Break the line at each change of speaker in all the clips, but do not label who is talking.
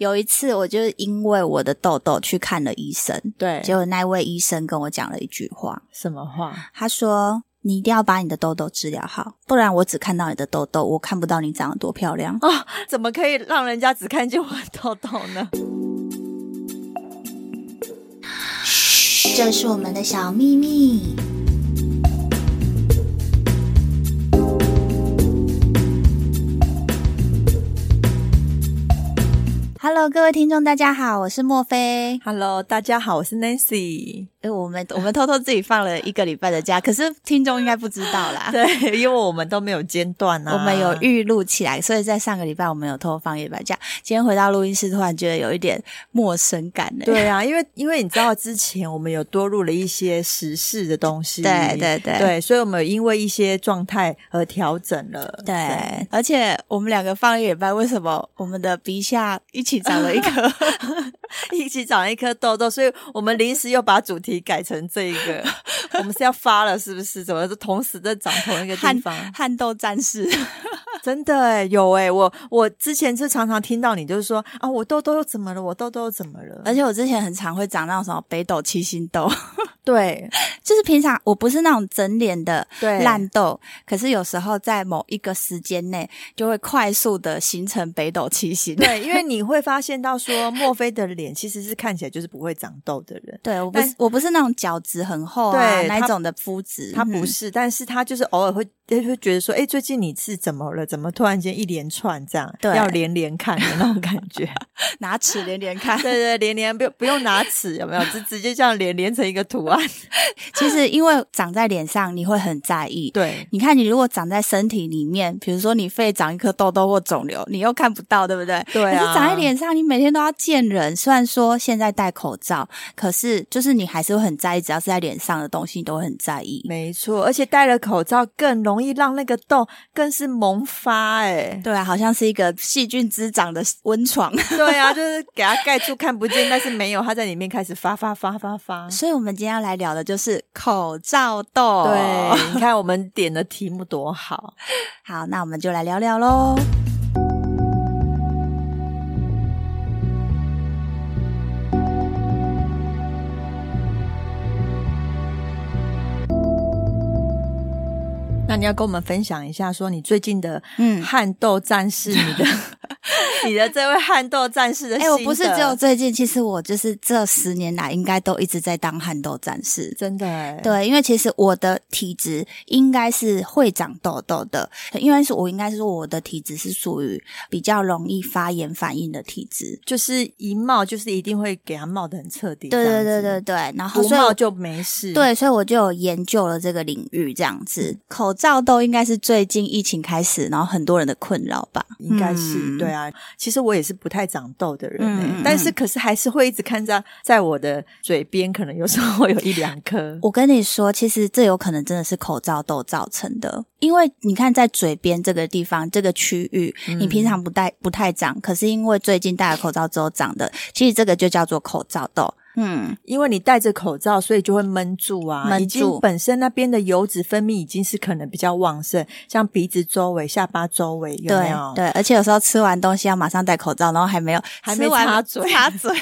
有一次，我就是因为我的痘痘去看了医生，
对，
结果那位医生跟我讲了一句话，
什么话？
他说：“你一定要把你的痘痘治疗好，不然我只看到你的痘痘，我看不到你长得多漂亮。
怎么可以让人家只看见我的痘痘呢？
这是我们的小秘密。Hello，各位听众，大家好，我是莫菲。
Hello，大家好，我是 Nancy。
哎、我们我们偷偷自己放了一个礼拜的假，可是听众应该不知道 啦。
对，因为我们都没啊有间断啊，
我们有预录起来，所以在上个礼拜我们有偷放一百假。今天回到录音室，突然觉得有一点陌生感呢、
对啊，因为因为你知道之前我们有多录了一些时事的东西，
对对对
对，所以我们有因为一些状态而调整了，
对，而且我们两个放一个礼拜，为什么我们的鼻下一起长了一 颗？
对，一起长了一颗痘痘，所以我们临时又把主题改成这一 个，我们是要发了是不是？怎么都同时在长同一个
汗
地方？
汗豆战士，
真的哎、有哎、我我之前就常常听到你就是说啊，我痘痘又怎么了？我痘痘又怎么了？
而且我之前很常会长那种什么北斗七星痘，
对
就是平常我不是那种整脸的
对，
烂痘，可是有时候在某一个时间内就会快速的形成北斗七星。
对，因为你会发现到说，莫非的脸其实是看起来就是不会长痘的人，
对，我不是
但
我不是那种角质很厚啊
对
那一
它
种的肤质，
他不
嗯
是，但是他就是偶尔会会觉得说，哎、最近你是怎么了？怎么突然间一连串这样，
对
要连连看的那种感 觉？
拿尺连连看。
对对，连连不用不用拿尺，有没有？直直接这样连连成一 个图案。
其实因为长在脸上，你会很在意。
对
你看，你如果长在身体里面，比如说你肺长一颗痘痘或肿瘤，你又看不到，对不对？
对
可
啊，
是长在脸上，你每天都要见人。虽然说现在戴口罩，可是就是你还是会很在意，只要是在脸上的东西，你都会很在意。
没错，而且戴了口罩更容易让那个痘更是萌发哎、
对啊，好像是一个细菌滋长的温床。
对啊，就是给它盖住看不见，但是没有它在里面开始发发发发发。
所以，我们今天要来聊的就是口罩痘。
对，你看我们点的题目多好，
好，那我们就来聊聊喽。
那你要跟我们分享一下，说你最近的
嗯，
汗豆战士，你 的你的这位汗豆战士的
哎、
心得，
我不是只有最近，其实我就是这十年来应该都一直在当汗痘战士。
真的哎、
对，因为其实我的体质应该是会长痘痘的，因为是我应该是说我的体质是属于比较容易发炎反应的体质。
就是一冒就是一定会给它冒的很彻底，
对对
这
对
样子
对，对，然后
不
所以
冒
我
就没事，，
对，所以我就有研究了这个领域，这样子。
嗯
口罩痘应该是最近疫情开始，然后很多人的困扰吧？
应该是、
嗯
对啊。其实我也是不太长痘的人、欸，
嗯嗯嗯
但是可是还是会一直看到在我的嘴边，可能有时候会有一两 颗。
我跟你说，其实这有可能真的是口罩痘造成的，因为你看在嘴边这个地方这个区域，你平常不戴不太长，可是因为最近戴了口罩之后长的，其实这个就叫做口罩痘。嗯，
因为你戴着口罩，所以就会闷住啊，
闷住
已经本身那边的油脂分泌已经是可能比较旺盛，像鼻子周围、下巴周围有没
对
有？
对，而且有时候吃完东西要马上戴口罩，然后还没有
还
吃
没
完
擦嘴
擦嘴，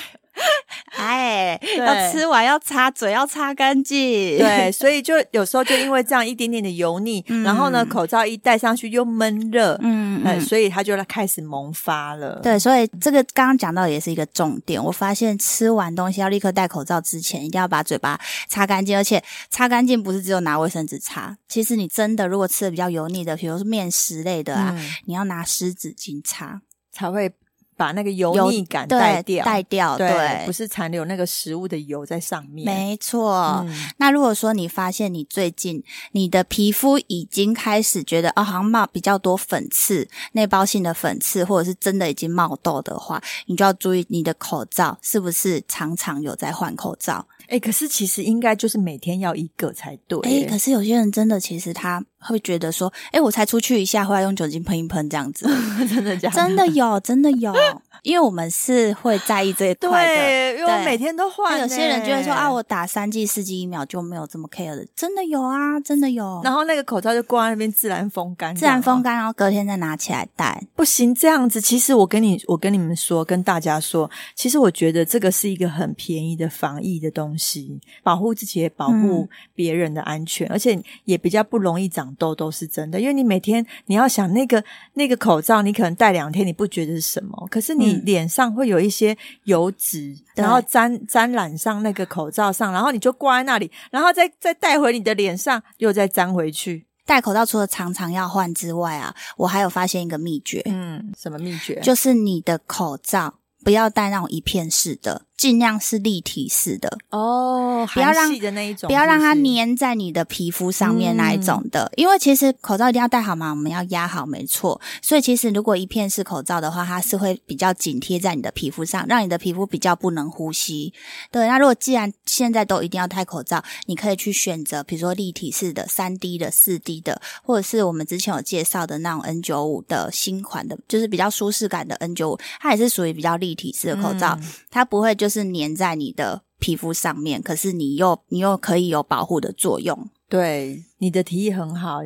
哎，
对
要吃完要擦嘴，要擦干净。
对，所以就有时候就因为这样一点点的油腻，然后呢，口罩一戴上去又闷热，
嗯嗯，嗯
呃，所以它就开始萌发了。
对，所以这个刚刚讲到也是一个重点。我发现吃完东西要立刻戴口罩之前，一定要把嘴巴擦干净，而且擦干净不是只有拿卫生纸擦，其实你真的如果吃的比较油腻的，比如说面食类的啊，
嗯
你要拿湿纸巾擦，
才会把那个油
油
腻感
对
带掉，
带掉，对，
不是残留那个食物的油在上面。
没错。
嗯
那如果说你发现你最近你的皮肤已经开始觉得哦，好像冒比较多粉刺、内包性的粉刺，或者是真的已经冒痘的话，你就要注意你的口罩是不是常常有在换口罩。
哎、可是其实应该就是每天要一个才对。
诶，哎可是有些人真的其实他会觉得 说，诶，我才出去一下，回来用酒精喷一喷这样子，
真的假的？
真的有，真的有。因为我们是会在意这一块的。
对，因为我
对
每天都换、欸
那有些人就会说啊，
我。
我打三剂、四剂疫苗就没有这么 care 的，真的有啊，真的有。
然后那个口罩就挂在那边自然风干，
自然风
干
干，然后隔天再拿起来戴。
不行这样子。其实我跟你，我跟你们说，跟大家说，其实我觉得这个是一个很便宜的防疫的东西，保护自己也保
嗯
护别人的安全，而且也比较不容易长痘痘，是真的。因为你每天你要想那个那个口罩，你可能戴两天，你不觉得是什么，可是你
嗯
脸上会有一些油脂，
对
然后沾沾染上那个口罩上，然后你就挂在那里，然后再再带回你的脸上，又再沾回去。
戴口罩除了常常要换之外啊，我还有发现一个秘诀，
嗯，什么秘诀？
就是你的口罩不要戴那种一片式的，尽量是立体式的，
哦，
不要
韩
让
系的那一种，
不要让它
是不嗯是。
粘在你的皮肤上面那一种的。因为其实口罩一定要戴好嘛，我们要压好，没错。所以其实如果一片式口罩的话，它是会比较紧贴在你的皮肤上，让你的皮肤比较不能呼吸。对，那如果既然现在都一定要戴口罩，你可以去选择，比如说立体式的、三 D 的、四 D 的，或者是我们之前有介绍的那种 N 九五的新款的，就是比较舒适感的 N 九五，它也是属于比较立体式的口
嗯
罩，它不会就是粘在你的皮肤上面，可是你又你又可以有保护的作用。
对，你的提议很好。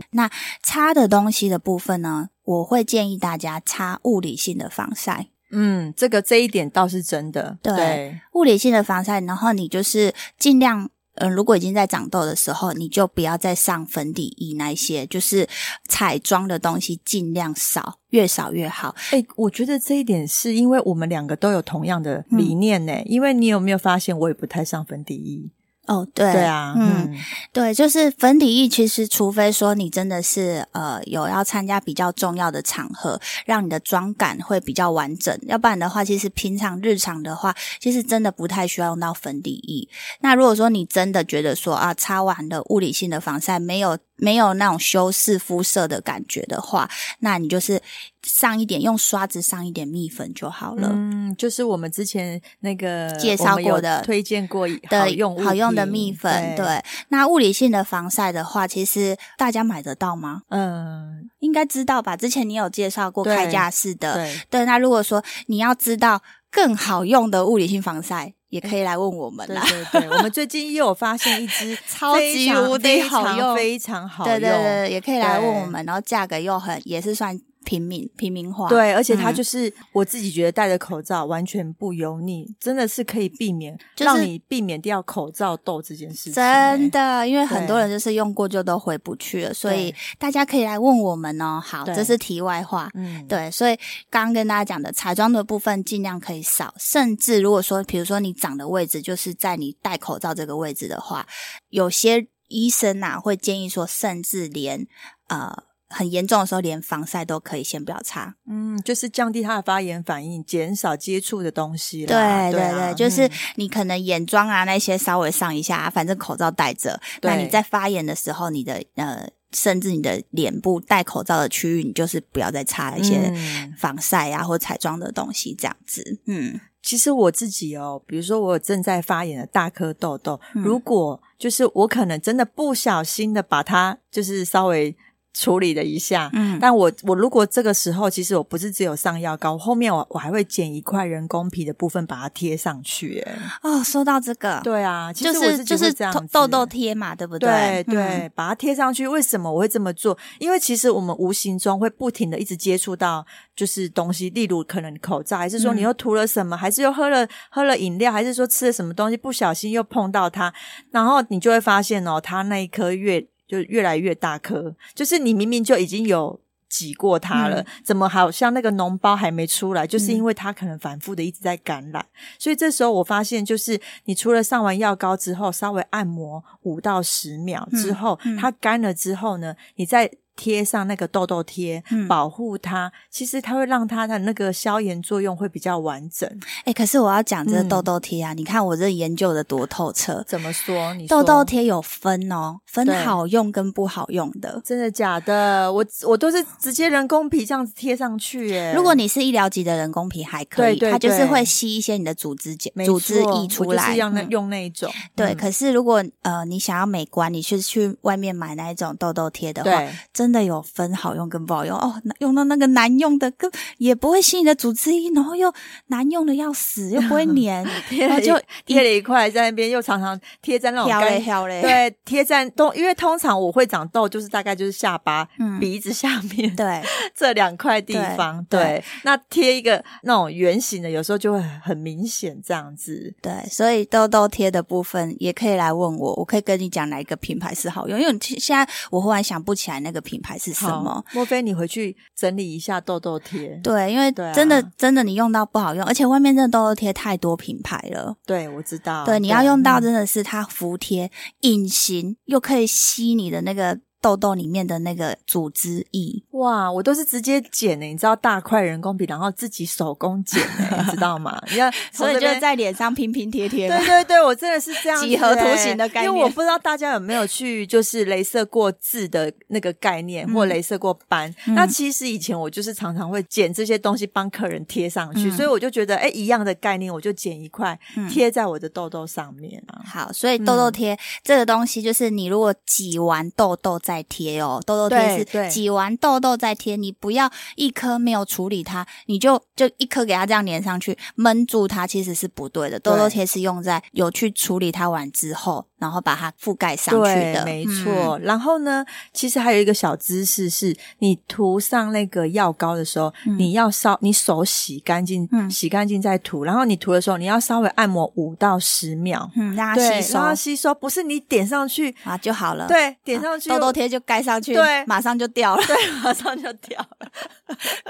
擦的东西的部分呢，我会建议大家擦物理性的防晒。
嗯，这个这一点倒是真的。
对
对
物理性的防晒，然后你就是尽量，嗯、如果已经在长痘的时候，你就不要再上粉底液那一些，就是彩妆的东西尽量少，越少越好。
哎、我觉得这一点是因为我们两个都有同样的
嗯
理念呢、因为你有没有发现，我也不太上粉底液。
哦，对，
对啊，
嗯，
嗯，
对，就是粉底液，其实除非说你真的是呃有要参加比较重要的场合，让你的妆感会比较完整，要不然的话，其实平常日常的话，其实真的不太需要用到粉底液。那如果说你真的觉得说啊，擦完了物理性的防晒没有没有那种修饰肤色的感觉的话，那你就是上一点用刷子上一点蜜粉就好了。
嗯，就是我们之前那个
介绍
我们有
过的
推荐过的好
的
用物
好用的
品
蜜粉，，对。那物理性的防晒的话，其实大家买得到吗？
嗯，
应该知道吧？之前你有介绍过
对
开架式的，
对，
对那如果说你要知道更好用的物理性防晒，也可以来问我们
嗯对
啦。
对对，我们最近又有发现一支
超级
非常
无敌
非
好
常
用
非常好
对
用，
对对，也可以来问
对
我们，然后价格又很也是算平民平民化。
对，而且它
嗯
就是、我自己觉得戴着口罩完全不油腻，真的是可以避免、
就是
让你避免掉口罩痘这件事情、欸
真
的，
的，因为很
对
多人就是用过就都回不去了，所以
对
大家可以来问我们哦。好，
对
这是题外话。
嗯，
对，所以刚刚跟大家讲的彩妆的部分尽量可以少，甚至如果说，比如说你长的位置就是在你戴口罩这个位置的话，有些医生呐、会建议说，甚至连呃很严重的时候，连防晒都可以先不要擦。
嗯，就是降低它的发炎反应，减少接触的东西
对
啦。
对
啊
对，就是
嗯
你可能眼妆啊那些稍微上一下、啊反正口罩戴着，那
对
你在发炎的时候，你的呃甚至你的脸部戴口罩的区域，你就是不要再擦一些
嗯
防晒啊或彩妆的东西这样子，嗯。
其实我自己哦，比如说我正在发炎的大颗痘痘，
嗯
如果就是我可能真的不小心的把它就是稍微处理了一下，
嗯
但我我如果这个时候其实我不是只有上药膏，后面我我还会剪一块人工皮的部分把它贴上去，哎，
哦，说到这个，
对啊，其
就
实我
是
自己
就
会
是
这样
痘
子欸
痘痘贴嘛，对不
对对，
嗯
把它贴上去。为什么我会这么做？因为其实我们无形中会不停的一直接触到就是东西，例如可能口罩，还是说
嗯
你又涂了什么，还是又喝了喝了饮料，还是说吃了什么东西，不小心又碰到它，然后你就会发现哦，它那一颗越就越来越大颗，就是你明明就已经有。挤过它了，
嗯
怎么好像那个脓包还没出来？就是
嗯
因为它可能反复的一直在感染，所以这时候我发现，就是你除了上完药膏之后，稍微按摩五到十秒之后，
嗯嗯
它干了之后呢，你再贴上那个痘痘贴，
嗯
保护它。其实它会让它的那个消炎作用会比较完整。
哎、可是我要讲这个
嗯
痘痘贴啊，你看我这研究的多透彻，
怎么说？你
痘痘
贴
贴有分哦，分
对
好用跟不好用的。
真的假的？我我都是直接人工皮这样子贴上去耶。
如果你是医疗级的人工皮还可以，
对对
它就是
对
会吸一些你的组织结
没
组织
错
溢出
我就
来，
是用那、
嗯
用那一种，
对。
嗯
可是如果呃你想要美观，你去去外面买那一种痘痘贴的话，
对
真的有分好用跟不好用哦。那用到那个难用的，更也不会吸你的组织衣，然后又难用的要死，又不会 粘，
贴
然后
了
就
就贴了一块在那边，又常常贴在那种
飘嘞
哦干。
飘嘞。
对，贴在都因为通常我会长痘，就是大概就是下巴、
嗯
鼻子下面
对
这两块地方。
对
对，
对
那贴一个那种圆形的，有时候就会很明显这样子。
对，所以痘痘贴的部分也可以来问我，我可以跟你讲哪一个品牌是好用，因为你现在我忽然想不起来那个品牌是什么
好。？莫非你回去整理一下痘痘贴？
对，因为
对啊
真的、真的你用到不好用，而且外面真的痘痘贴太多品牌了。
对，我知道。
对，你要用到
嗯
真的是它服帖、隐形，又可以吸你的那个痘痘里面的那个组织液。
哇，我都是直接剪的，你知道大块人工笔，然后自己手工剪的，你知道吗？你要从
所以
这
就
边
在脸上拼拼贴贴嘛
对。对对，我真的是这样子
几何图
欸
形的概
因为
念
我不知道大家有没有去就是镭射过字的那个概念，
嗯
或镭射过斑。
嗯
那其实以前我就是常常会剪这些东西帮客人贴上去，
嗯
所以我就觉得哎、一样的概念，我就剪一块
嗯
贴在我的痘痘上面啊。
好，所以痘痘贴、这个东西，就是你如果挤完痘痘再贴哦，痘痘贴
对
是
对
挤完痘痘再贴，你不要一颗没有处理它，你就就一颗给它这样粘上去，闷住它其实是不对的。痘痘贴是用在有去处理它完之后，然后把它覆盖上去
对，
的，
没
嗯
错。然后呢，其实还有一个小知识是，你涂上那个药膏的时候，
嗯
你要稍你手洗干净，
嗯
洗干净再涂。然后你涂的时候，你要稍微按摩五到十秒，
嗯，让它
对，
吸收
让它吸收，不是你点上去，
啊就好了。啊
对，点上去
痘痘，贴就盖上去，
对。
马上就掉了
对，马上就掉了。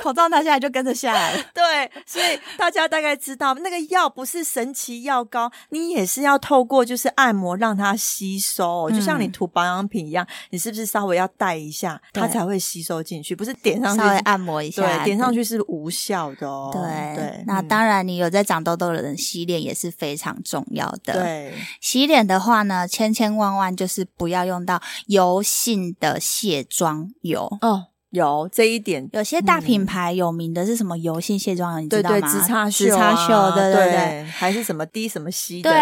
口罩拿下来就跟着下来了。
对，所以大家大概知道，那个药不是神奇药膏，你也是要透过就是按摩让它吸收，哦
嗯
就像你涂保养品一样，你是不是稍微要带一下，
对
它才会吸收进去，不是点上去
稍微按摩一下，嗯
对，点上去是无效的哦。
对，
对，
那
嗯
当然，你有在长痘痘的人，洗脸也是非常重要的。，
对
洗脸的话呢，千千万万就是不要用到油性的卸妆油。
哦，有这一点
有些大品牌有名的是什么油性卸妆油，你知
对
道吗？
嗯对，直插
直
啊
插秀，对
对
对，
还是什么低什么吸的，
对，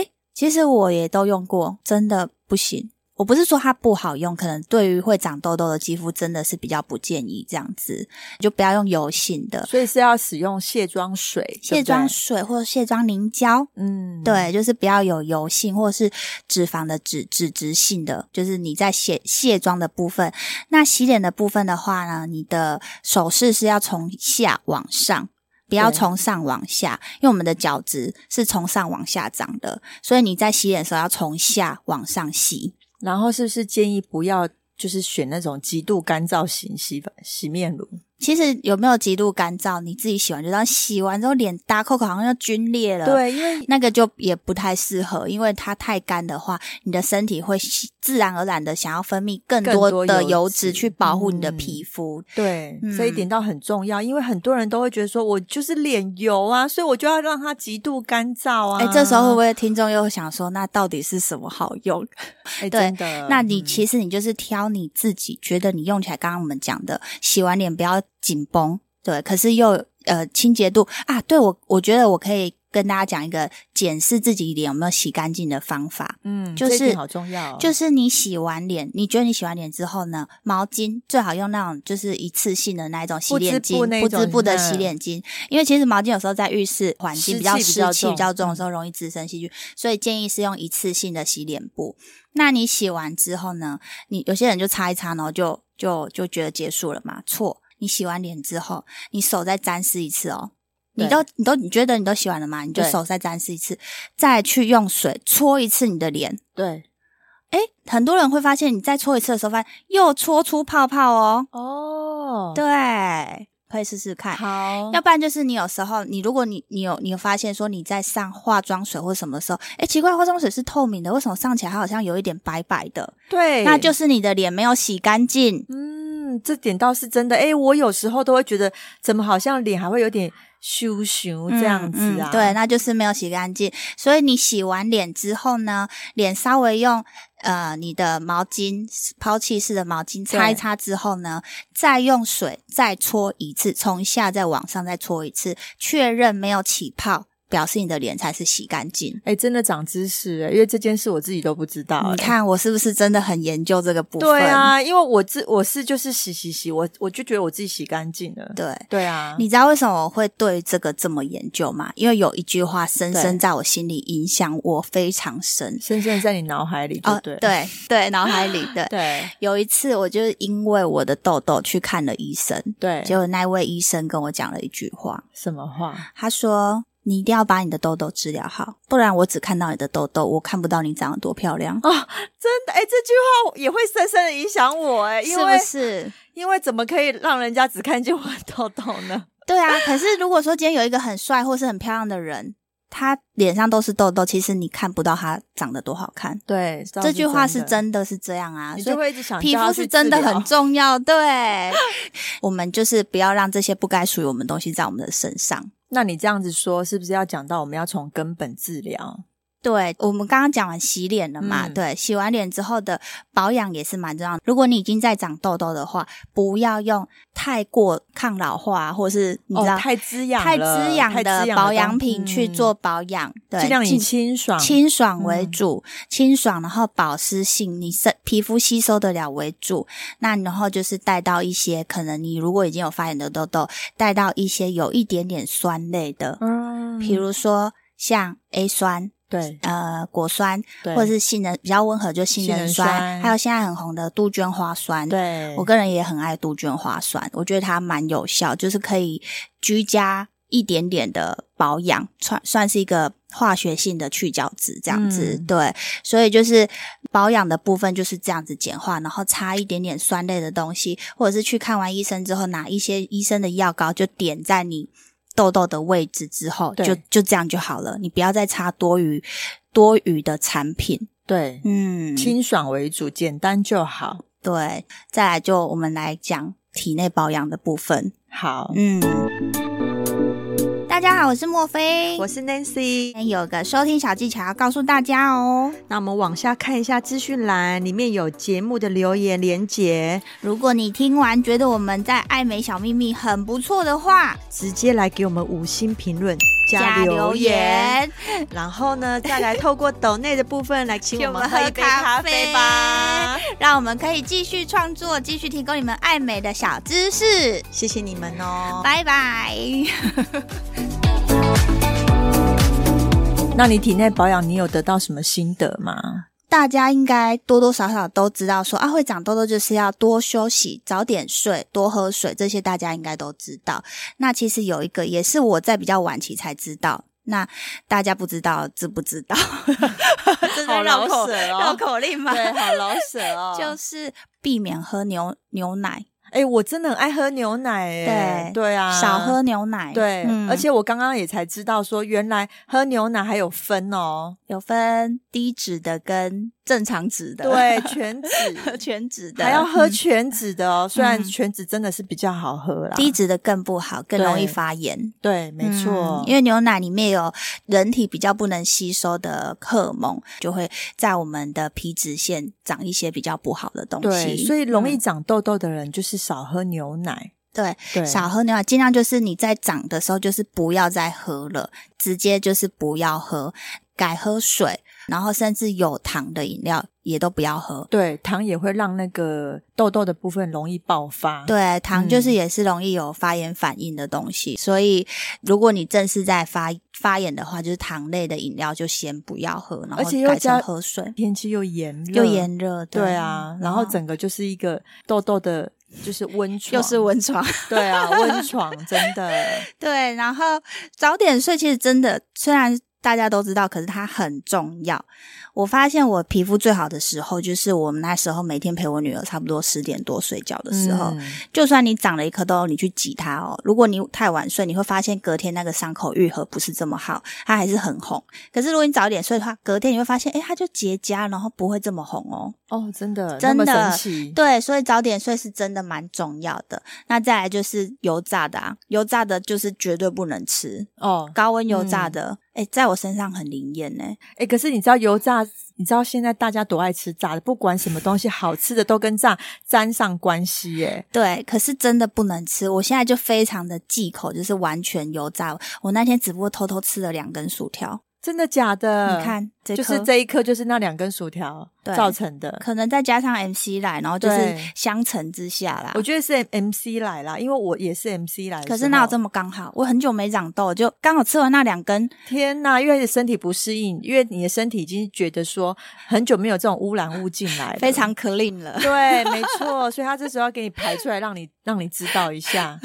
诶，其实我也都用过，真的不行。我不是说它不好用，可能对于会长痘痘的肌肤真的是比较不建议这样子，就不要用油性的
所以是要使用卸妆水，对不
卸妆
对
水或者卸妆凝胶。
嗯，
对，就是不要有油性或是脂肪的脂脂质性的，就是你在卸卸妆的部分。那洗脸的部分的话呢，你的手势是要从下往上。不要
对
从上往下，因为我们的角质是从上往下长的，所以你在洗脸的时候要从下往上洗。
然后是不是建议不要就是选那种极度干燥型洗发洗面乳？
其实有没有极度干燥，你自己洗完就知道。洗完之后脸搭扣扣好像要皲裂了，
对，因为
那个就也不太适合，因为它太干的话，你的身体会吸自然而然的想要分泌更
更
多
多
的
油
油
脂
脂去保护你的
嗯
皮肤。
对、
嗯
这一点倒很重要，因为很多人都会觉得说我就是脸油啊，所以我就要让它极度干燥啊。
哎、这时候会不会听众又想说，那到底是什么好用？
哎
对
真的？
那你
嗯
其实你就是挑你自己觉得你用起来，刚刚我们讲的，洗完脸不要紧绷，对，可是又呃清洁度啊，对我我觉得我可以跟大家讲一个检视自己脸有没有洗干净的方法。
嗯，
就
这一点
是
好重要哦，
就是你洗完脸，你觉得你洗完脸之后呢，毛巾最好用那种就是一次性的那一种洗脸巾
不织布，那
不
一
织
种
布的
嗯
洗脸巾，因为其实毛巾有时候在浴室环境比较
湿气比
湿
较
气比
重嗯
较重的时候，容易滋生细菌，所以建议是用一次性的洗脸布。那你洗完之后呢，你有些人就擦一擦，然后就就就觉得结束了嘛？错，你洗完脸之后，你手再沾湿一次哦。你
对
都你都你觉得你都洗完了吗？你就
对
手再沾湿一次，再去用水搓一次你的脸，
对
诶，很多人会发现，你再搓一次的时候，发现又搓出泡泡哦。
哦，
对，可以试试看。
好
要不然就是你有时候，你如果你你有你有发现说你在上化妆水或什么的时候，诶，奇怪，化妆水是透明的，为什么上起来它好像有一点白白的？
对，
那就是你的脸没有洗干净。
嗯，这点倒是真的。哎，我有时候都会觉得，怎么好像脸还会有点羞羞这样子啊？
嗯嗯对，那就是没有洗干净。所以你洗完脸之后呢，脸稍微用呃你的毛巾抛弃式的毛巾擦一擦之后呢，再用水再搓一次，从下再往上再搓一次，确认没有起泡。表示你的脸才是洗干净。
哎、真的长知识、哎，因为这件事我自己都不知道、哎
你看我是不是真的很研究这个部分？
对，啊，因为我自我是就是洗洗洗，我我就觉得我自己洗干净了。
对。
对啊，
你知道为什么我会对这个这么研究吗？因为有一句话深深
对
在我心里影响我非常深。
深深地在你脑海里就
哦，
对了、
对对，脑海 里对。
对
有一次，我就是因为我的痘痘去看了医生，
对
结果那位医生跟我讲了一句话，
什么话？
他说：“你一定要把你的痘痘治疗好，不然我只看到你的痘痘，我看不到你长得多漂亮。
真的哎、这句话也会深深的影响我哎、因
是
为
不是？
因为怎么可以让人家只看见我的痘痘呢？
对啊。可是如果说今天有一个很帅或是很漂亮的人，他脸上都是痘痘，其实你看不到他长得多好看。
对，倒
这句话是
的，
真的是这样啊，
你
所以
就会一直想
皮
叫他
肤
去
是真的
治疗
很重要， 对。我们就是不要让这些不该属于我们的东西在我们的身上。
那你这样子说，是不是要讲到我们要从根本治疗？
对，我们刚刚讲完洗脸了嘛？
嗯
对，洗完脸之后的保养也是蛮重要的。如果你已经在长痘痘的话，不要用太过抗老化，或是你知道、
哦，太滋养了，
太滋养
太
的
滋
保
东
养品去
嗯
做保养，对，
尽量以
尽
清爽。
清爽为
嗯
主，清爽，然后保湿性，你身皮肤吸收得了为主。那然后就是带到一些可能你如果已经有发炎的痘痘，带到一些有一点点酸类的，
嗯
比如说像 A 酸、
对
呃果酸，
对，
或者是杏仁比较温和，就杏
杏
仁
仁
酸，
酸
还有现在很红的杜鹃花酸。
对
我个人也很爱杜鹃花酸，我觉得它蛮有效，就是可以居家一点点的保养，算算是一个化学性的去角质这样子。
嗯
对，所以就是保养的部分就是这样子简化，然后擦一点点酸类的东西，或者是去看完医生之后拿一些医生的药膏就点在你。痘痘的位置之后，
对
就就这样就好了。你不要再擦多余多余的产品。
对
嗯，
清爽为主，简单就好。
对，再来就我们来讲体内保养的部分。
好，
嗯，大家好，我是莫菲。
我是 Nancy。
今天有个收听小技巧要告诉大家哦。
那我们往下看一下资讯栏，里面有节目的留言连结，
如果你听完觉得我们在爱美小秘密很不错的话，
直接来给我们五星评论加留言，然后呢，再来透过抖内的部分来 请我们喝一杯咖啡吧。
让我们可以继续创作，继续提供你们爱美的小知识。
谢谢你们哦。
拜拜。
那你体内保养，你有得到什么心得 吗？
大家应该多多少少都知道说，啊，会长痘痘就是要多休息、早点睡、多喝水，这些大家应该都知道。那其实有一个也是我在比较晚期才知道，那大家不知道知不知道？这是绕 口绕，口令吗？
对，好老舍哦。 就
就是避免喝牛牛奶，
哎、我真的很爱喝牛奶，哎，
对
对啊，
少喝。牛奶。
对，
嗯
而且我刚刚也才知道，说原来喝牛奶还有分哦，
有分低脂的跟正常脂的，
对，全脂
全脂的
还要喝
嗯
全脂的哦。虽然
嗯
全脂真的是比较好喝啦，
低脂的更不好，更容易
对
发炎。
对，没错
嗯，因为牛奶里面有人体比较不能吸收的荷尔蒙，就会在我们的皮脂腺长一些比较不好的东
对，
西，
所以容易
嗯
长痘痘的人就是少喝牛奶，
对
对，
少喝牛奶，尽量就是你在长的时候就是不要再喝了，直接就是不要喝，改喝水，然后甚至有糖的饮料也都不要喝。
对糖也会让那个痘痘的部分容易爆发。
对，糖就
嗯
是也是容易有发炎反应的东西，所以如果你正是在发发炎的话，就是糖类的饮料就先不要喝，然
而
后
且又
改成
加
喝水。
天气又炎热，
又炎热，嗯
对啊，然后整个就是一个痘痘的，就是温床，
又 是温床，
对啊， 温床真的，
对，然后早点睡，其实真的虽然大家都知道，可是它很重要。我发现我皮肤最好的时候，就是我们那时候每天陪我女儿差不多十点多睡觉的时候。
嗯
就算你长了一颗痘，你去挤它哦，如果你太晚睡，你会发现隔天那个伤口愈合不是这么好，它还是很红。可是如果你早点睡的话，隔天你会发现，诶，它就结痂，然后不会这么红哦。
哦，真的，
真
那么
的
神奇，
对，所以早点睡是真的蛮重要的。那再来就是油炸的啊，油炸的就是绝对不能吃，
哦，
高温油炸的、哎、在我身上很灵验呢、
哎、可是你知道油炸？你知道现在大家多爱吃炸的，不管什么东西，好吃的都跟炸沾上关系耶、
对，可是真的不能吃。我现在就非常的忌口，就是完全油炸。我那天只不过偷偷吃了两根薯条，
真的假的？
你，看这
嗯就
颗
是这一颗，就是那两根薯条
对
造成的。
可能再加上 MC 来，然后就是
对
相乘之下啦
我。觉得是 MC 来啦，因为我也是 MC 来的时候。
可是哪有这么刚好？我很久没长痘，就刚好吃完那两根，
天呐，因为身体不适应，因为你的身体已经觉得说很久没有这种污染物进来了，
非常 clean 了。
对，没错，所以他这时候要给你排出来，让你 让你知道一下。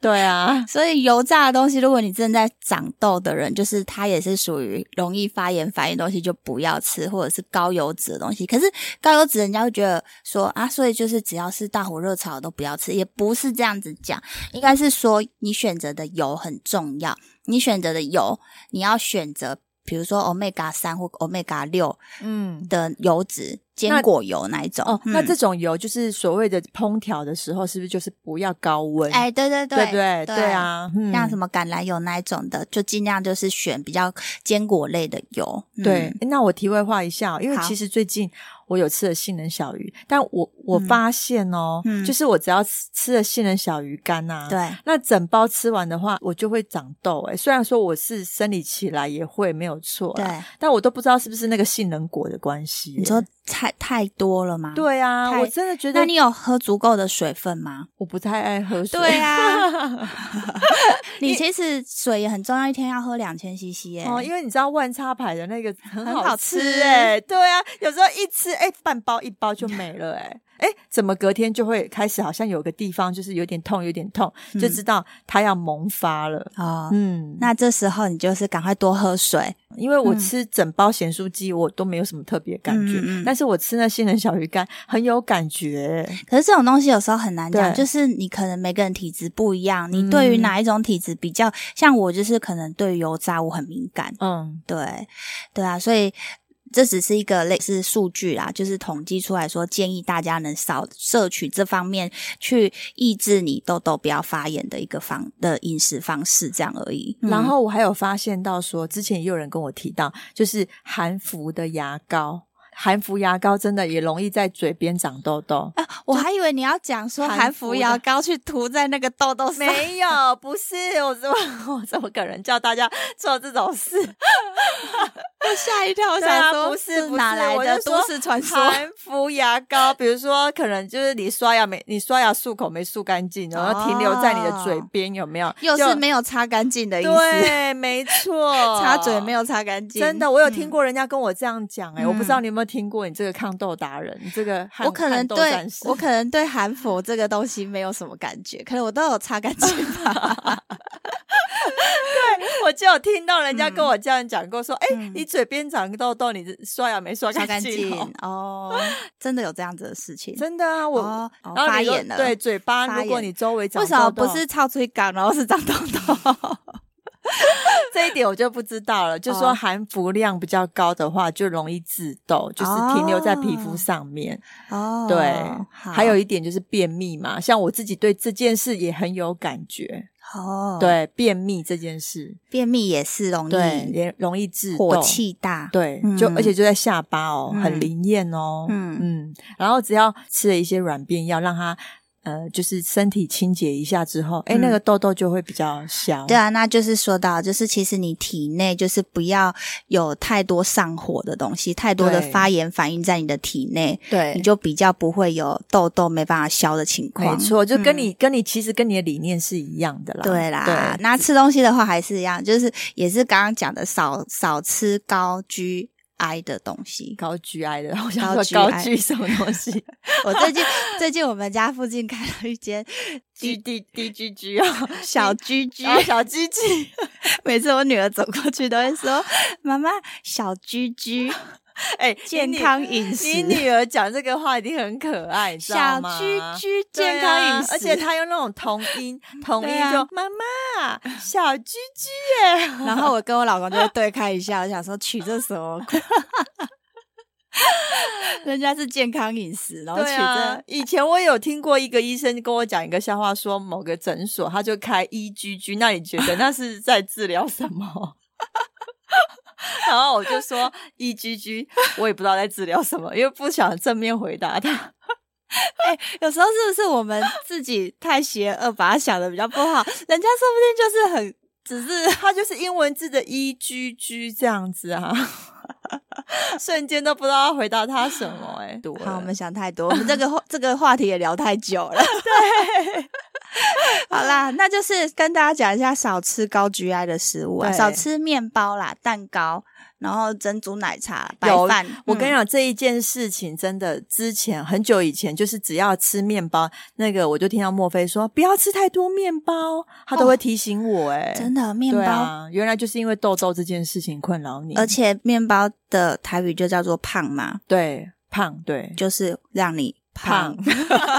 对啊，
所以油炸的东西，如果你正在长痘的人，就是它也是属于容易发炎反应的东西，就不要吃，或者是高油脂的东西。可是高油脂，人家会觉得说啊，所以就是只要是大火热炒的都不要吃，也不是这样子讲，应该是说你选择的油很重要，你选择的油你要选择。比如说 omega 三或 omega 六
嗯。
的油脂，坚果油那一种
哦，那
嗯
这种油就是所谓的烹调的时候，是不是就是不要高温？
哎，对对
对
对
不对？对啊，嗯
像什么橄榄油那一种的，就尽量就是选比较坚果类的油。嗯
对，诶那我题外话一下哦，因为
好
其实最近我有吃了杏仁小鱼，但我我
嗯
发现哦，
嗯
就是我只要吃吃了杏仁小鱼干啊，
对，
那整包吃完的话，我就会长痘、欸。虽然说我是生理起来也会没有错，
对，，
但我都不知道是不是那个杏仁果的关系、
你说太太多了吗？，
对啊，
太
我真的觉得
那你有喝足够的水分吗？
我不太爱喝水。
对啊你其实水也很重要，一天要喝两千 CC 耶。
哦，因为你知道万叉牌 的那个很
很
好
好
吃
吃
哎、对啊，有时候一吃哎、半包一包就没了哎、哎、怎么隔天就会开始好像有个地方就是有点痛，有点痛，就
嗯
知道它要萌发了。
哦，
嗯，
那这时候你就是赶快多喝水。
因为我
嗯
吃整包咸酥鸡，我都没有什么特别感觉，
嗯嗯嗯
但是我吃那杏仁小鱼干很有感觉。
可是这种东西有时候很难讲，
对
就是你可能每个人体质不一样，你对于
嗯
哪一种体质比较，像我就是可能对于油炸我很敏感，
嗯，
对，对啊，所以这只是一个类似数据啦，就是统计出来说，建议大家能少摄取这方面，去抑制你痘痘不要发炎的一个方的饮食方式，这样而已。嗯
然后我还有发现到说，之前也有人跟我提到，就是含氟的牙膏，含氟牙膏真的也容易在嘴边长痘痘。
啊，我还以为你要讲说
含
含
服
氟
的
牙膏去涂在那个痘痘上，
没有，不是我怎么我怎么可能叫大家做这种 事？
吓一跳，我
对啊
想说、
不是不
哪
是
来
我
的
就
都
说
市传说？
含氟牙膏，比如说可能就是你刷牙没你刷牙漱口没漱干净，然后停留在你的嘴边，有没有？
哦又
就是
没有擦干净的意思，，
对，没错
擦嘴没。有擦干净，
真的，我有听过人家跟我这样讲、哎、我不
嗯
知道你有没有听过你这个抗痘达人，你这个汗
我可能
汗痘
对
战士
我可能对韩服这个东西没有什么感觉，可能我都有擦干净 吧。
我就有听到人家跟我这样讲过，说，哎、
嗯
你嘴边长痘痘，你刷牙没刷
擦
干
干
净
净
哦、
哦，真的有这样子的事情。
真的啊，我、
哦哦
然后
发
你说
炎了
对，嘴巴
发
如果
炎
你周围长
为
痘
什
痘，
么不是超出港，然后是长痘 痘？
这一点我就不知道了。就说
哦
含氟量比较高的话，就容易致痘，就是停留在皮肤
哦
上面。
哦
对，
好
还有一点就是便秘嘛，像我自己对这件事也很有感觉。
哦，，
对，便秘这件事，
便秘也是容
对，
易
也容易致痘
火。气大，
对，就、
嗯
而且就在下巴哦，
嗯
很灵验哦。嗯
嗯
嗯，然后只要吃了一些软便药，让它呃，就是身体清洁一下之后，哎、
嗯
那个痘痘就会比较消。
对啊，那就是说到，就是其实你体内就是不要有太多上火的东西，太多的
对
发炎反应在你的体内，
对，
你就比较不会有痘痘没办法消的情况。
没错，就跟
嗯
你、跟你其实跟你的理念是一样的啦。
对啦，
对，
那吃东西的话还是一样，就是也是刚刚讲的少少吃高 GI 的东西。
高 GI 的，我想说
高
高
GI
G 什么 东西
我最 近最近我们家附近开了一间
？G D D G G 哦啊，
小居居，
然后小鸡鸡，
每次我女儿走过去都会说：“妈妈，小居 居，
哎，
健
你女
康饮食
你女儿讲这个话一定很可爱，你知
小
道吗？
居居
对啊
健康饮食。
而且她用那种同音，同
对
音
啊
就妈妈小鸡鸡 耶，
然后我跟我老公就会对看一下，我想说取这什么鬼？ 人家是健康饮食，然后取
对
这、
啊，以前我有听过一个医生跟我讲一个笑话，说某个诊所他就开 E G G，那你觉得那是在治疗什么？ 然后我就说 E G G，我也不知道在治疗什么，因为不想正面回答他。
哎、有时候是不是我们自己太邪恶，把它想的比较不好？人家说不定就是很只是
他就是英文字的 E G G 这样子啊， 瞬间都不知道要回答他什么哎、对
好，我们想太 多，我们这个话这个话题也聊太久了。对， 好啦，那就是跟大家讲一下，少吃高 GI 的食物啊，
对
少吃面包啦、蛋糕，然后珍珠奶茶、白
有
饭。
我跟你
嗯
讲，这一件事情真的，之前很久以前，就是只要吃面包，那个我就听到墨菲说不要吃太多面包，他都会提醒我、哎、
哦真的面
对
包，
啊，原来就是因为痘痘这件事情困扰你，
而且面包的台语就叫做胖嘛，
对胖，对
就是让你胖。
胖。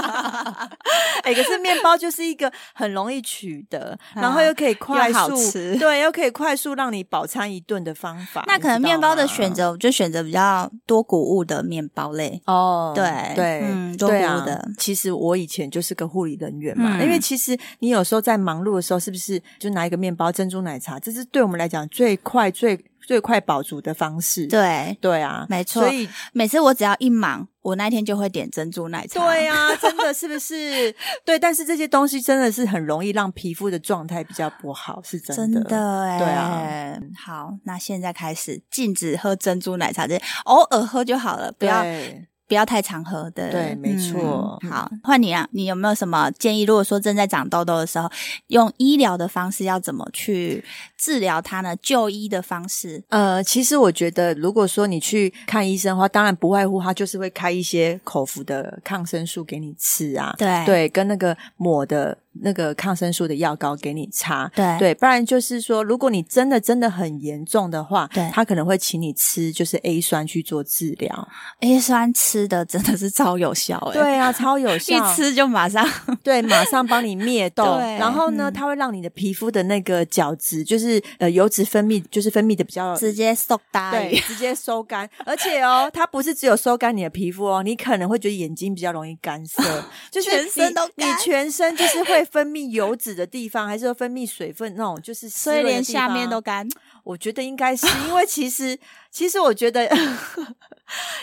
哎、可是面包就是一个很容易取 得，
啊
然后又可以快
又好
速
吃
对，又可以快速让你饱餐一顿的方法。
那
啊你
可能
知道
面包的
吗
选择，我就选择比较多谷物的面包类。
哦，
对
对，
嗯
对啊
多补的
其实我以前就是个护理人员嘛，
嗯
因为其实你有时候在忙碌的时候，是不是就拿一个面包、珍珠奶茶，这是对我们来讲最快、最最快饱足的方式。
对，
对啊，
没错
所 以
每次我只要一忙，我那天就会点珍珠奶茶。
对啊，真的是不是？对，但是这些东西真的是很容易让皮肤的状态比较不好，是真的。
真的哎、
对啊。
好，那现在开始禁止喝珍珠奶茶，这偶尔喝就好了，不要
对
不要太常喝的。
对没错
嗯好，换你啊，你有没有什么建议？如果说正在长痘痘的时候，用医疗的方式要怎么去治疗它呢？就医的方式。
呃，其实我觉得，如果说你去看医生的话，当然不外乎他就是会开一些口服的抗生素给你吃啊，
对
对，跟那个抹的那个抗生素的药膏给你擦。
对
对，不然就是说，如果你真的真的很严重的话，
对
他可能会请你吃就是 A 酸去做治疗。
，A 哎酸吃的真的是超有效哎、
对啊，超有效，
一吃就马 上。
对，马上帮你灭痘
对嗯
然后呢，它会让你的皮肤的那个角质，就是呃油脂分泌，就是分泌的比较
直接送大
对，
鱼。
直接收干。而且哦，它不是只有收干你的皮肤哦，你可能会觉得眼睛比较容易干 涩，就是
全
你
身都
你
干
全身就是会分泌油脂的地方，还是会分泌水分那种，就是湿
所以
润的
连
地
下
方
面都干，
我觉得应该是因为其实 其实我觉得，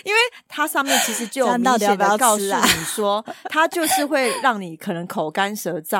因为它上面其实
这
就有
样到
明
底要
显
不要
的告诉
吃
你
啊
说，它就是会让你可能口干舌燥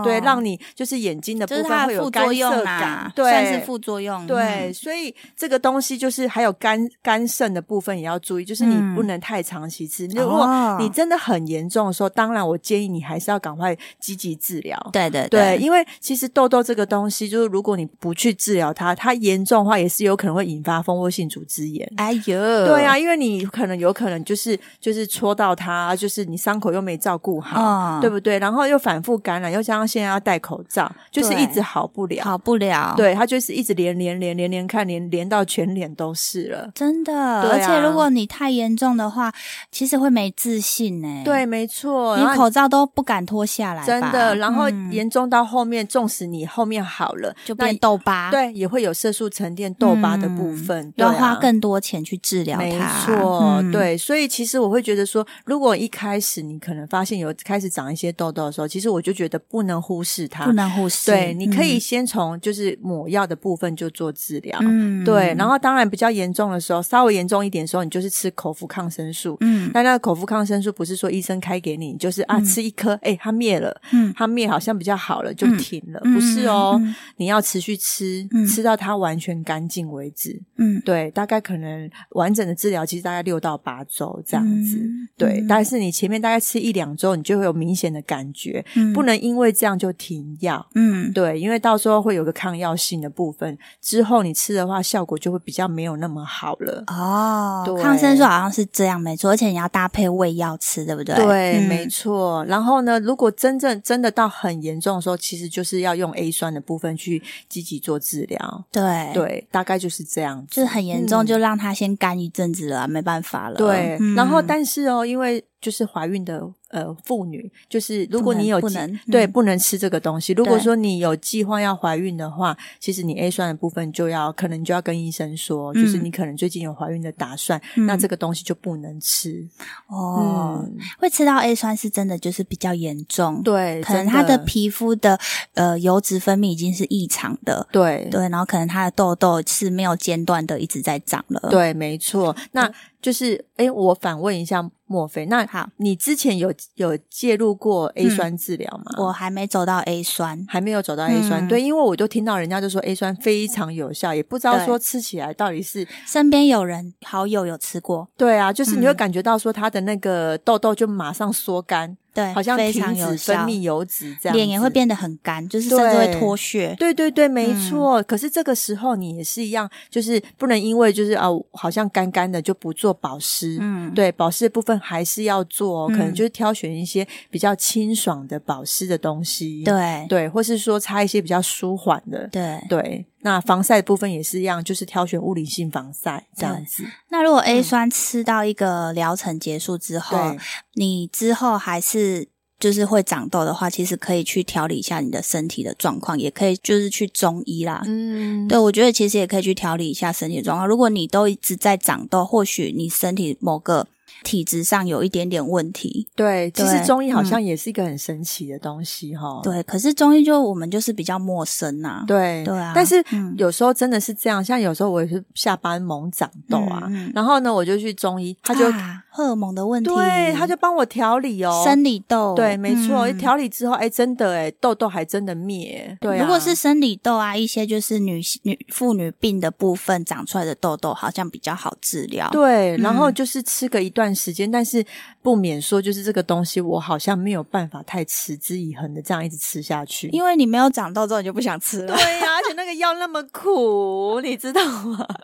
哦
对，让你就是眼睛的
就
部
是它
分
的
会有
副
干
作用
涩感
啊，，
对，
算是副作用。
对，
嗯，
所以这个东西就是还有肝肝肾的部分也要注意，就是你
嗯
不能太长期吃。
哦
如果你真的很严重的时候，当然我建议你还是要赶快积极治疗。
对对
对，因为其实痘痘这个东西，就是如果你不去治疗它，它严重的话也是有可能会引发蜂窝性组织炎。
哎呦，
对啊，因为你可能有可能就是就是戳到它，就是你伤口又没照顾好，
嗯
对不对？然后又反复感染，又加上现在要戴口罩，就是
对
一直好不了。
好不了，，
对，他就是一直连连连连连看，连连到全脸都是了。
真的。而
对啊
且如果你太严重的话，其实会没自信呢、，
对，没错，
你
然后
口罩都不敢脱下来吧，
真的，然后
嗯
严重到后面，纵使你后面好了，
就
那
变痘疤，
对也会有色素沉淀痘疤的部
啊嗯
分，对
要
啊
花更多钱去治疗它。
没错，
嗯，
对，所以其实我会觉得说，如果一开始你可能发现有开始长一些痘痘的时候，其实我就觉得不能忽视它，
不能忽视。
啊对，你可以
嗯，
先从就是抹药的部分就做治疗，
嗯
对，然后当然比较严重的时候，稍微严重一点的时候，你就是吃口服抗生素，
嗯
但那个口服抗生素不是说医生开给你，就是啊、吃一颗，哎、它灭了，
嗯
它灭好像比较好了就停了，不是哦，你要持续吃，
嗯
吃到它完全干净为止。
嗯，
对，大概可能完整的治疗其实大概六到八周这样子。
嗯
对
嗯，
但是你前面大概吃一两周，你就会有明显的感觉，
嗯
不能因为这样就停药。
嗯，
对，因为到时候会有个抗药性的部分，之后你吃的话效果就会比较没有那么好了。
哦，
对
抗生素好像是这样，没错，而且你要搭配胃药吃，对不对？
对，
嗯
没错。然后呢，如果真正真的到很严重的时候，其实就是要用 A 酸的部分去积极做治疗。
对
对，大概就是这样子。
就是很严重，
嗯
就让它先干一阵子了啊，没办法了。
对，
嗯
然后但是哦，因为就是怀孕的呃妇女，就是如
不
果
能
你有
不
计
能
对
嗯
不能吃这个东西，如果
对
说你有计划要怀孕的话，其实你 A 酸的部分就要可能就要跟医生说，就是
嗯
你可能最近有怀孕的打算，那这个东西就不能吃。
哦，
嗯，
会吃到 A 酸是真的就是比较严重，，
对，
可能
真
他的
的
皮肤的呃油脂分泌已经是异常的，
对
对，然后可能他的痘痘是没有间断的一直在长了，，
对，没错。那就是，哎，我反问一下莫菲，那
好，嗯
你之前有有介入过 A 酸治疗吗？
我还没走到 A 酸，
还没有走到 A 酸，
嗯
对，因为我就听到人家就说 A 酸非常有效，也不知道
对
说吃起来到底是
身边有人好友有吃过，
对啊，就是你
嗯
会感觉到说它的那个痘痘就马上缩干，
对，
好像
非
停
常
止
有
分
效，
泌油脂这样，
脸也会。变得嗯很干，就是甚至会
对
脱屑，
对对对，没错。可是这个时候你也是一样，就是不能因为就是啊，好像干干的就不做保湿。
嗯，
对保湿的部分还是要做哦、可能
嗯
就是挑选一些比较清爽的保湿的东西，
对
对，或是说擦一些比较舒缓的，
对。
对。那防晒的部分也是一样，就是挑选物理性防晒这样子，
那如果 A 酸吃到一个疗程结束之后，
嗯对
你之后还是就是会长痘的话，其实可以去调理一下你的身体的状况，也可以就是去中医啦。
嗯，
对，我觉得其实也可以去调理一下身体的状况。如果你都一直在长痘，或许你身体某个体质上有一点点问题。
对。其实
对
中医好
嗯
像也是一个很神奇的东西哈、哦，
对，可是中医就我们就是比较陌生呐、
对
对啊
但是
嗯
有时候真的是这样，像有时候我也是下班猛长痘啊，
嗯嗯
然后呢我就去中医，他就、
啊荷尔蒙的问题，
对他就帮我调理哦，
生理痘，
对，没错，
嗯
调理之后，哎，真的哎，痘痘还真的灭。对、啊，
如果是生理痘啊，一些就是女性女妇女病的部分长出来的痘痘，好像比较好治疗。
对，
嗯
然后就是吃个一段时间，但是不免说，就是这个东西我好像没有办法太持之以恒的这样一直吃下去。
因为你没有长痘之后，你就不想吃了
对。呀、而且那个药那么苦，你知道吗？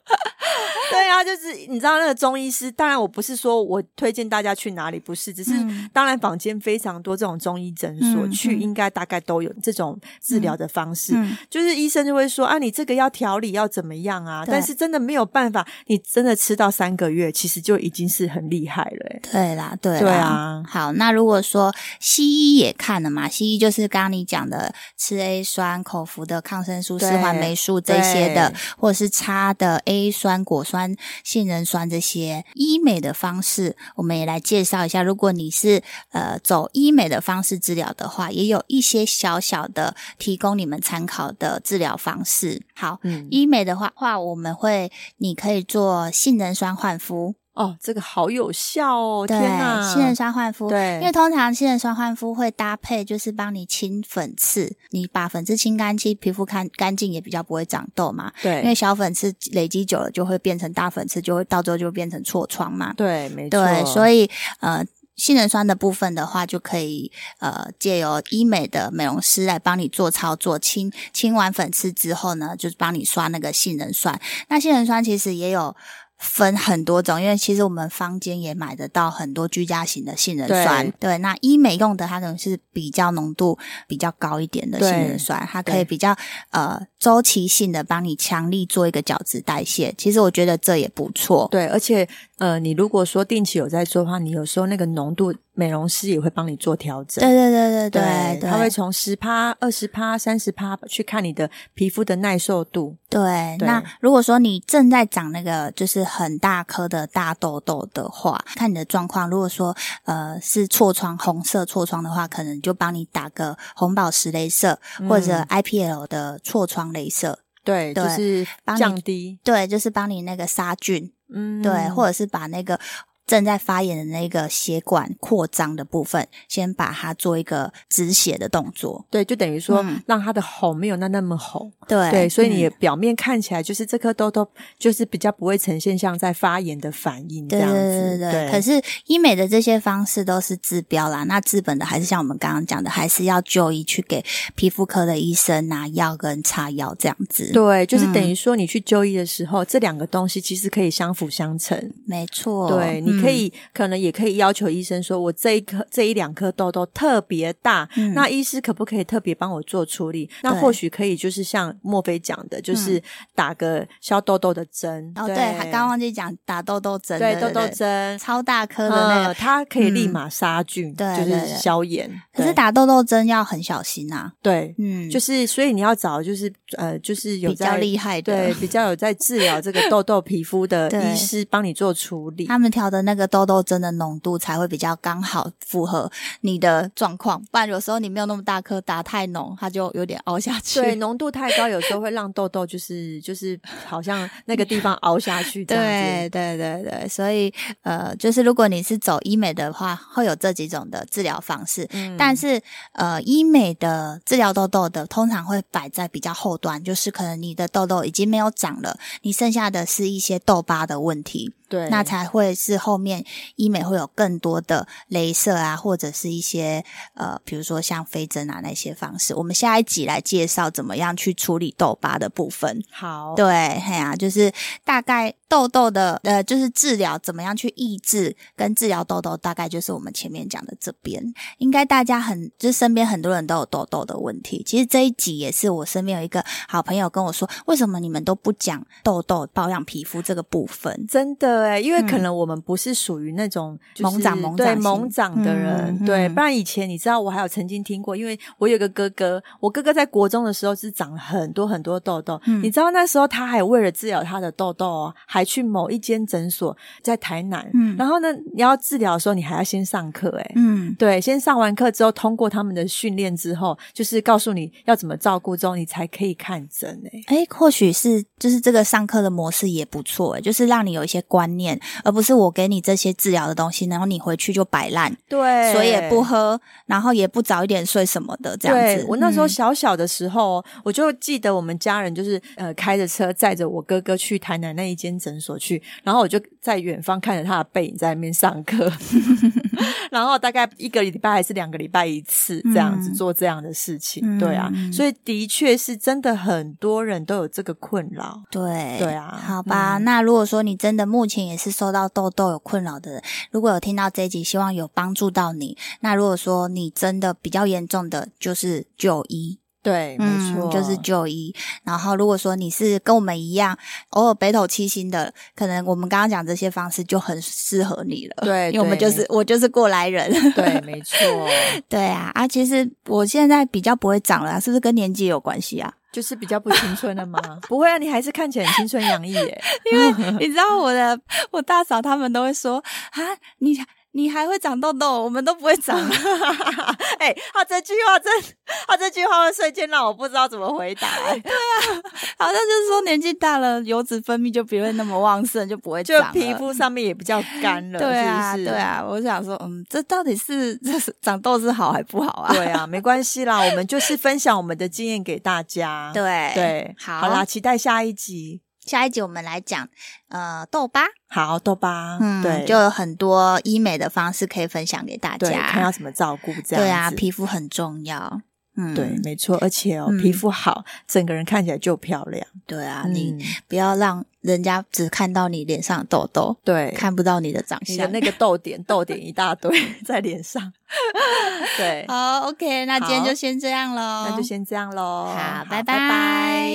对呀、就是你知道那个中医师，当然我不是说我推荐大家去哪里，不是，只是
嗯
当然坊间非常多这种中医诊所，
嗯
去
嗯
应该大概都有这种治疗的方式。
嗯，
就是医生就会说啊，你这个要调理要怎么样啊？
对
但是真的没有办法，你真的吃到三个月，其实就已经是很厉害了、欸。
对啦，对啦
对啊
好，那如果说西医也看了嘛，西医就是刚刚你讲的吃 A 酸、口服的抗生素、
对
四环霉素这些的
对，
或者是擦的 A 酸、果酸、杏仁酸这些医美的方式，我们也来介绍一下。如果你是呃走医美的方式治疗的话，也有一些小小的提供你们参考的治疗方式。好。
嗯，
医美的话，话我们会，你可以做杏仁酸焕肤，
哦，这个好有效哦！
对
天哪，，
杏仁酸焕肤，
对，
因为通常杏仁酸焕肤会搭配，就是帮你清粉刺，你把粉刺清干净，皮肤干干净也比较不会长痘嘛。
对，
因为小粉刺累积久了就会变成大粉刺，就会到最后就会变成痤疮嘛。
对，没错，
对，所
以
以呃，杏仁酸的部分的话，就可以呃借由医美的美容师来帮你做操作，清清完粉刺之后呢，就是帮你刷那个杏仁酸。那杏仁酸其实也有。分很多种，因为其实我们坊间也买得到很多居家型的杏仁酸。对，那医美用的它可能是比较浓度比较高一点的
对
杏仁酸，它可
对
以比较呃周期性的帮你强力做一个角质代谢。其实我觉得这也不错。
对，而且呃，你如果说定期有在做的话，你有时候那个浓度，美容师也会帮你做调整。
对对对对对对，
他会从十趴、二十趴、三十趴去看你的皮肤的耐受度。
对，
对
那如果说你正在长那个就是很大颗的大痘痘的话，看你的状况，如果说呃是痤疮红色痤疮的话，可能就帮你打个红宝石镭射、或
嗯
者 IPL 的痤疮镭射，
对，
对
就是
帮你
降低，
对，就是帮你那个杀菌，
嗯，
对，或者是把那个。正在发炎的那个血管扩张的部分，先把它做一个止血的动作。
对，就等于说
嗯
让它的红没有那那么红。
对，
对，所以你
嗯
也表面看起来就是这颗痘痘，就是比较不会呈现像在发炎的反应这
对
样
对
子。
对对，可是医美的这些方式都是治标啦，那治本的还是像我们刚刚讲的，还是要就医去给皮肤科的医生拿药跟擦药这样子。，
对，就是等
嗯
于说你去就医的时候，这两个东西其实可以相辅相成。
没错，嗯
对，你你可以可能也可以要求医生说，我这一颗这一两颗痘痘特别大，
嗯
那医师可不可以特别帮我做处理？那
对嗯
或许可以就是像莫菲讲的，就是打个消痘痘的针。
哦，对，还刚忘记讲打痘痘针，
对
对
痘痘
对
针。
超大颗的那个，
嗯它可以立马杀菌，
对
就
对
是
对
消炎。
可
对
是打痘痘针要很小心啊，
对，
嗯，
就是所以你要找就是呃，就是有
比较
在
厉害的，
对，比较有在治疗这个痘痘皮肤 的
对
医师帮你做处理。
他们调的那个痘痘针的浓度才会比较刚好符合你的状况，不然有时候你没有那么大颗，打太浓，它就有点凹下去。
对，浓度太高，有时候会让痘痘就是就是好像那个地方凹下去这样
对
子。
对对对，所以呃，就是如果你是走医美的话，会有这几种的治疗方式。
嗯
但是呃，医美的治疗痘痘的通常会摆在比较后端，就是可能你的痘痘已经没有长了，你剩下的是一些痘疤的问题，
对，
那才会是后面医美会有更多的镭射啊，或者是一些呃，比如说像飞针啊那些方式。我们下一集来介绍怎么样去处理痘疤的部分。
好。
对，嘿啊，就是大概痘痘的呃，就是治疗怎么样去抑制跟治疗痘痘，大概就是我们前面讲的这边，应该大家很就是身边很多人都有痘痘的问题。其实这一集也是我身边有一个好朋友跟我说，为什么你们都不讲痘痘保养皮肤这个部分？
真的哎，因为可
嗯
能我们不是属于那种、就是、
猛长猛
对
长型
猛长的人，
嗯嗯
对。不然以前你知道，我还有曾经听过，因为我有个哥哥，我哥哥在国中的时候是长了很多很多痘痘，
嗯
你知道那时候他还为了治疗他的痘痘哦，还去某一间诊所在台南，
嗯
然后呢，你要治疗的时候，你还要先上课哎，
嗯，
对，先上完课之后，通过他们的训练之后，就是告诉你要怎么照顾之后，你才可以看诊欸诶、
哎，或许是就是这个上课的模式也不错，诶就是让你有一些观念，而不是我给你这些治疗的东西，然后你回去就摆烂，
对
水也不喝，然后也不早一点睡什么的，这样
哎对
子。
我那时候
嗯
小小的时候哦，我就记得我们家人就是呃开着车载着我哥哥去台南那一间诊所去，然后我就在远方看着他的背影在那边 上课，然后大概一个礼拜还是两个礼拜一次这样子
嗯
做这样的事情，
嗯
对啊，
嗯
所以的确是真的很多人都有这个困扰，
嗯对
对啊
好吧。那如果说你真的目前也是受到痘痘有困扰的人，如果有听到这一集，希望有帮助到你。那如果说你真的比较严重的，就是就医，
对，没
嗯
错，
就是就医。然后如果说你是跟我们一样偶尔北斗七星的，可能我们刚刚讲这些方式就很适合你了。
对
因为我们
对
就是我就是过来人。
对，没错，
对啊，啊，其实我现在比较不会长了啊，是不是跟年纪有关系啊？
就是比较不青春了吗？不会啊，你还是看起来很青春洋溢耶。
你知道我的我大嫂他们都会说啊，你你还会长痘痘，我们都不会长。
哎、他这句话真，他这句话瞬间让我不知道怎么回 答、哎
好像就是说年纪大了，油脂分泌就不会那么旺盛，就不会
就
长了
皮。肤上面也比较干 了，
对啊，
是不是
对。啊，我想说，嗯，这到底是这是长痘是好还不好啊？
对啊，没关系啦，我们就是分享我们的经验给大家。
对
对，
好
啦，期待下一集。
下一集我们来讲呃痘疤，
好，痘疤，
嗯，
对，
就有很多医美的方式可以分享给大
对，看
家
要。怎么照顾这样子。
对啊，皮肤很重要。嗯，
对，没错，而且哦，
嗯
皮肤好，整个人看起来就漂亮。
对啊，你
嗯
不要让人家只看到你脸上的痘痘，
对，
看不到你的长
你的
相。
那个痘点，痘点一大堆 在脸上。 对，
好，OK，那今天
好
就先这样喽，
那就先这样喽。
好拜
拜
拜